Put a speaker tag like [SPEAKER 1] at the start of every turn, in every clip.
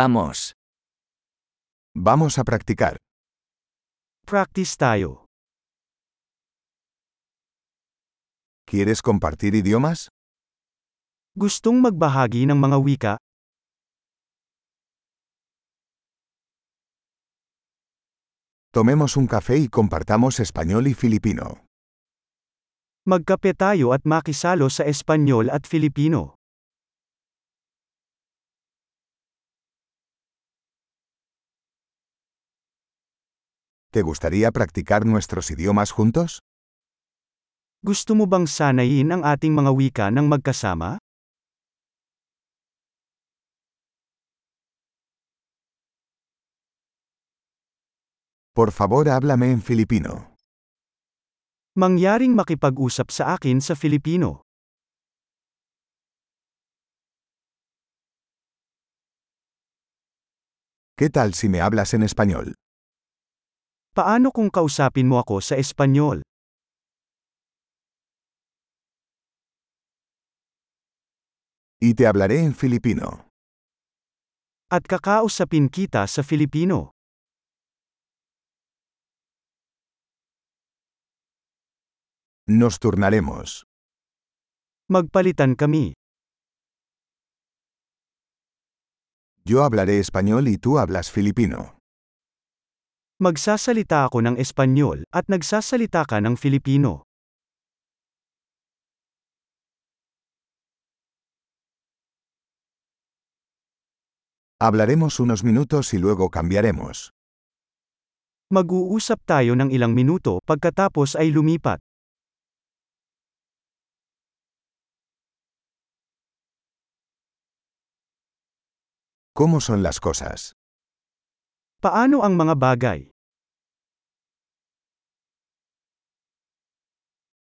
[SPEAKER 1] Vamos.
[SPEAKER 2] Vamos a practicar.
[SPEAKER 3] Practice tayo.
[SPEAKER 2] ¿Quieres compartir idiomas?
[SPEAKER 3] Gustong magbahagi ng mga wika,
[SPEAKER 2] Tomemos un café y compartamos español y filipino.
[SPEAKER 3] magkape tayo at makisalo sa Espanyol at Filipino.
[SPEAKER 2] ¿Te gustaría practicar nuestros idiomas juntos?
[SPEAKER 3] Gusto mo bang sanayin ang ating mga wika ng magkasama?
[SPEAKER 2] Por favor, háblame en filipino.
[SPEAKER 3] Mangyaring makipag-usap sa akin sa Filipino.
[SPEAKER 2] ¿Qué tal si me hablas en español?
[SPEAKER 3] Paano kung kausapin mo ako sa Espanyol?
[SPEAKER 2] Y te hablaré en filipino.
[SPEAKER 3] At kakausapin kita sa Filipino.
[SPEAKER 2] Nos turnaremos.
[SPEAKER 3] Magpalitan kami.
[SPEAKER 2] Yo hablaré español y tú hablas filipino.
[SPEAKER 3] Magsasalita ako ng Espanyol at nagsasalita ka ng Filipino.
[SPEAKER 2] Hablaremos unos minutos y luego cambiaremos.
[SPEAKER 3] Mag-uusap tayo ng ilang minuto pagkatapos ay lumipat.
[SPEAKER 2] ¿Cómo son las cosas?
[SPEAKER 3] Paano ang mga bagay?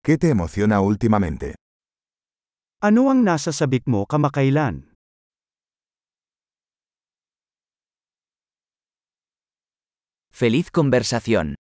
[SPEAKER 2] ¿Qué te emociona últimamente?
[SPEAKER 3] Ano ang nasa sabik mo kamakailan?
[SPEAKER 1] Feliz conversación.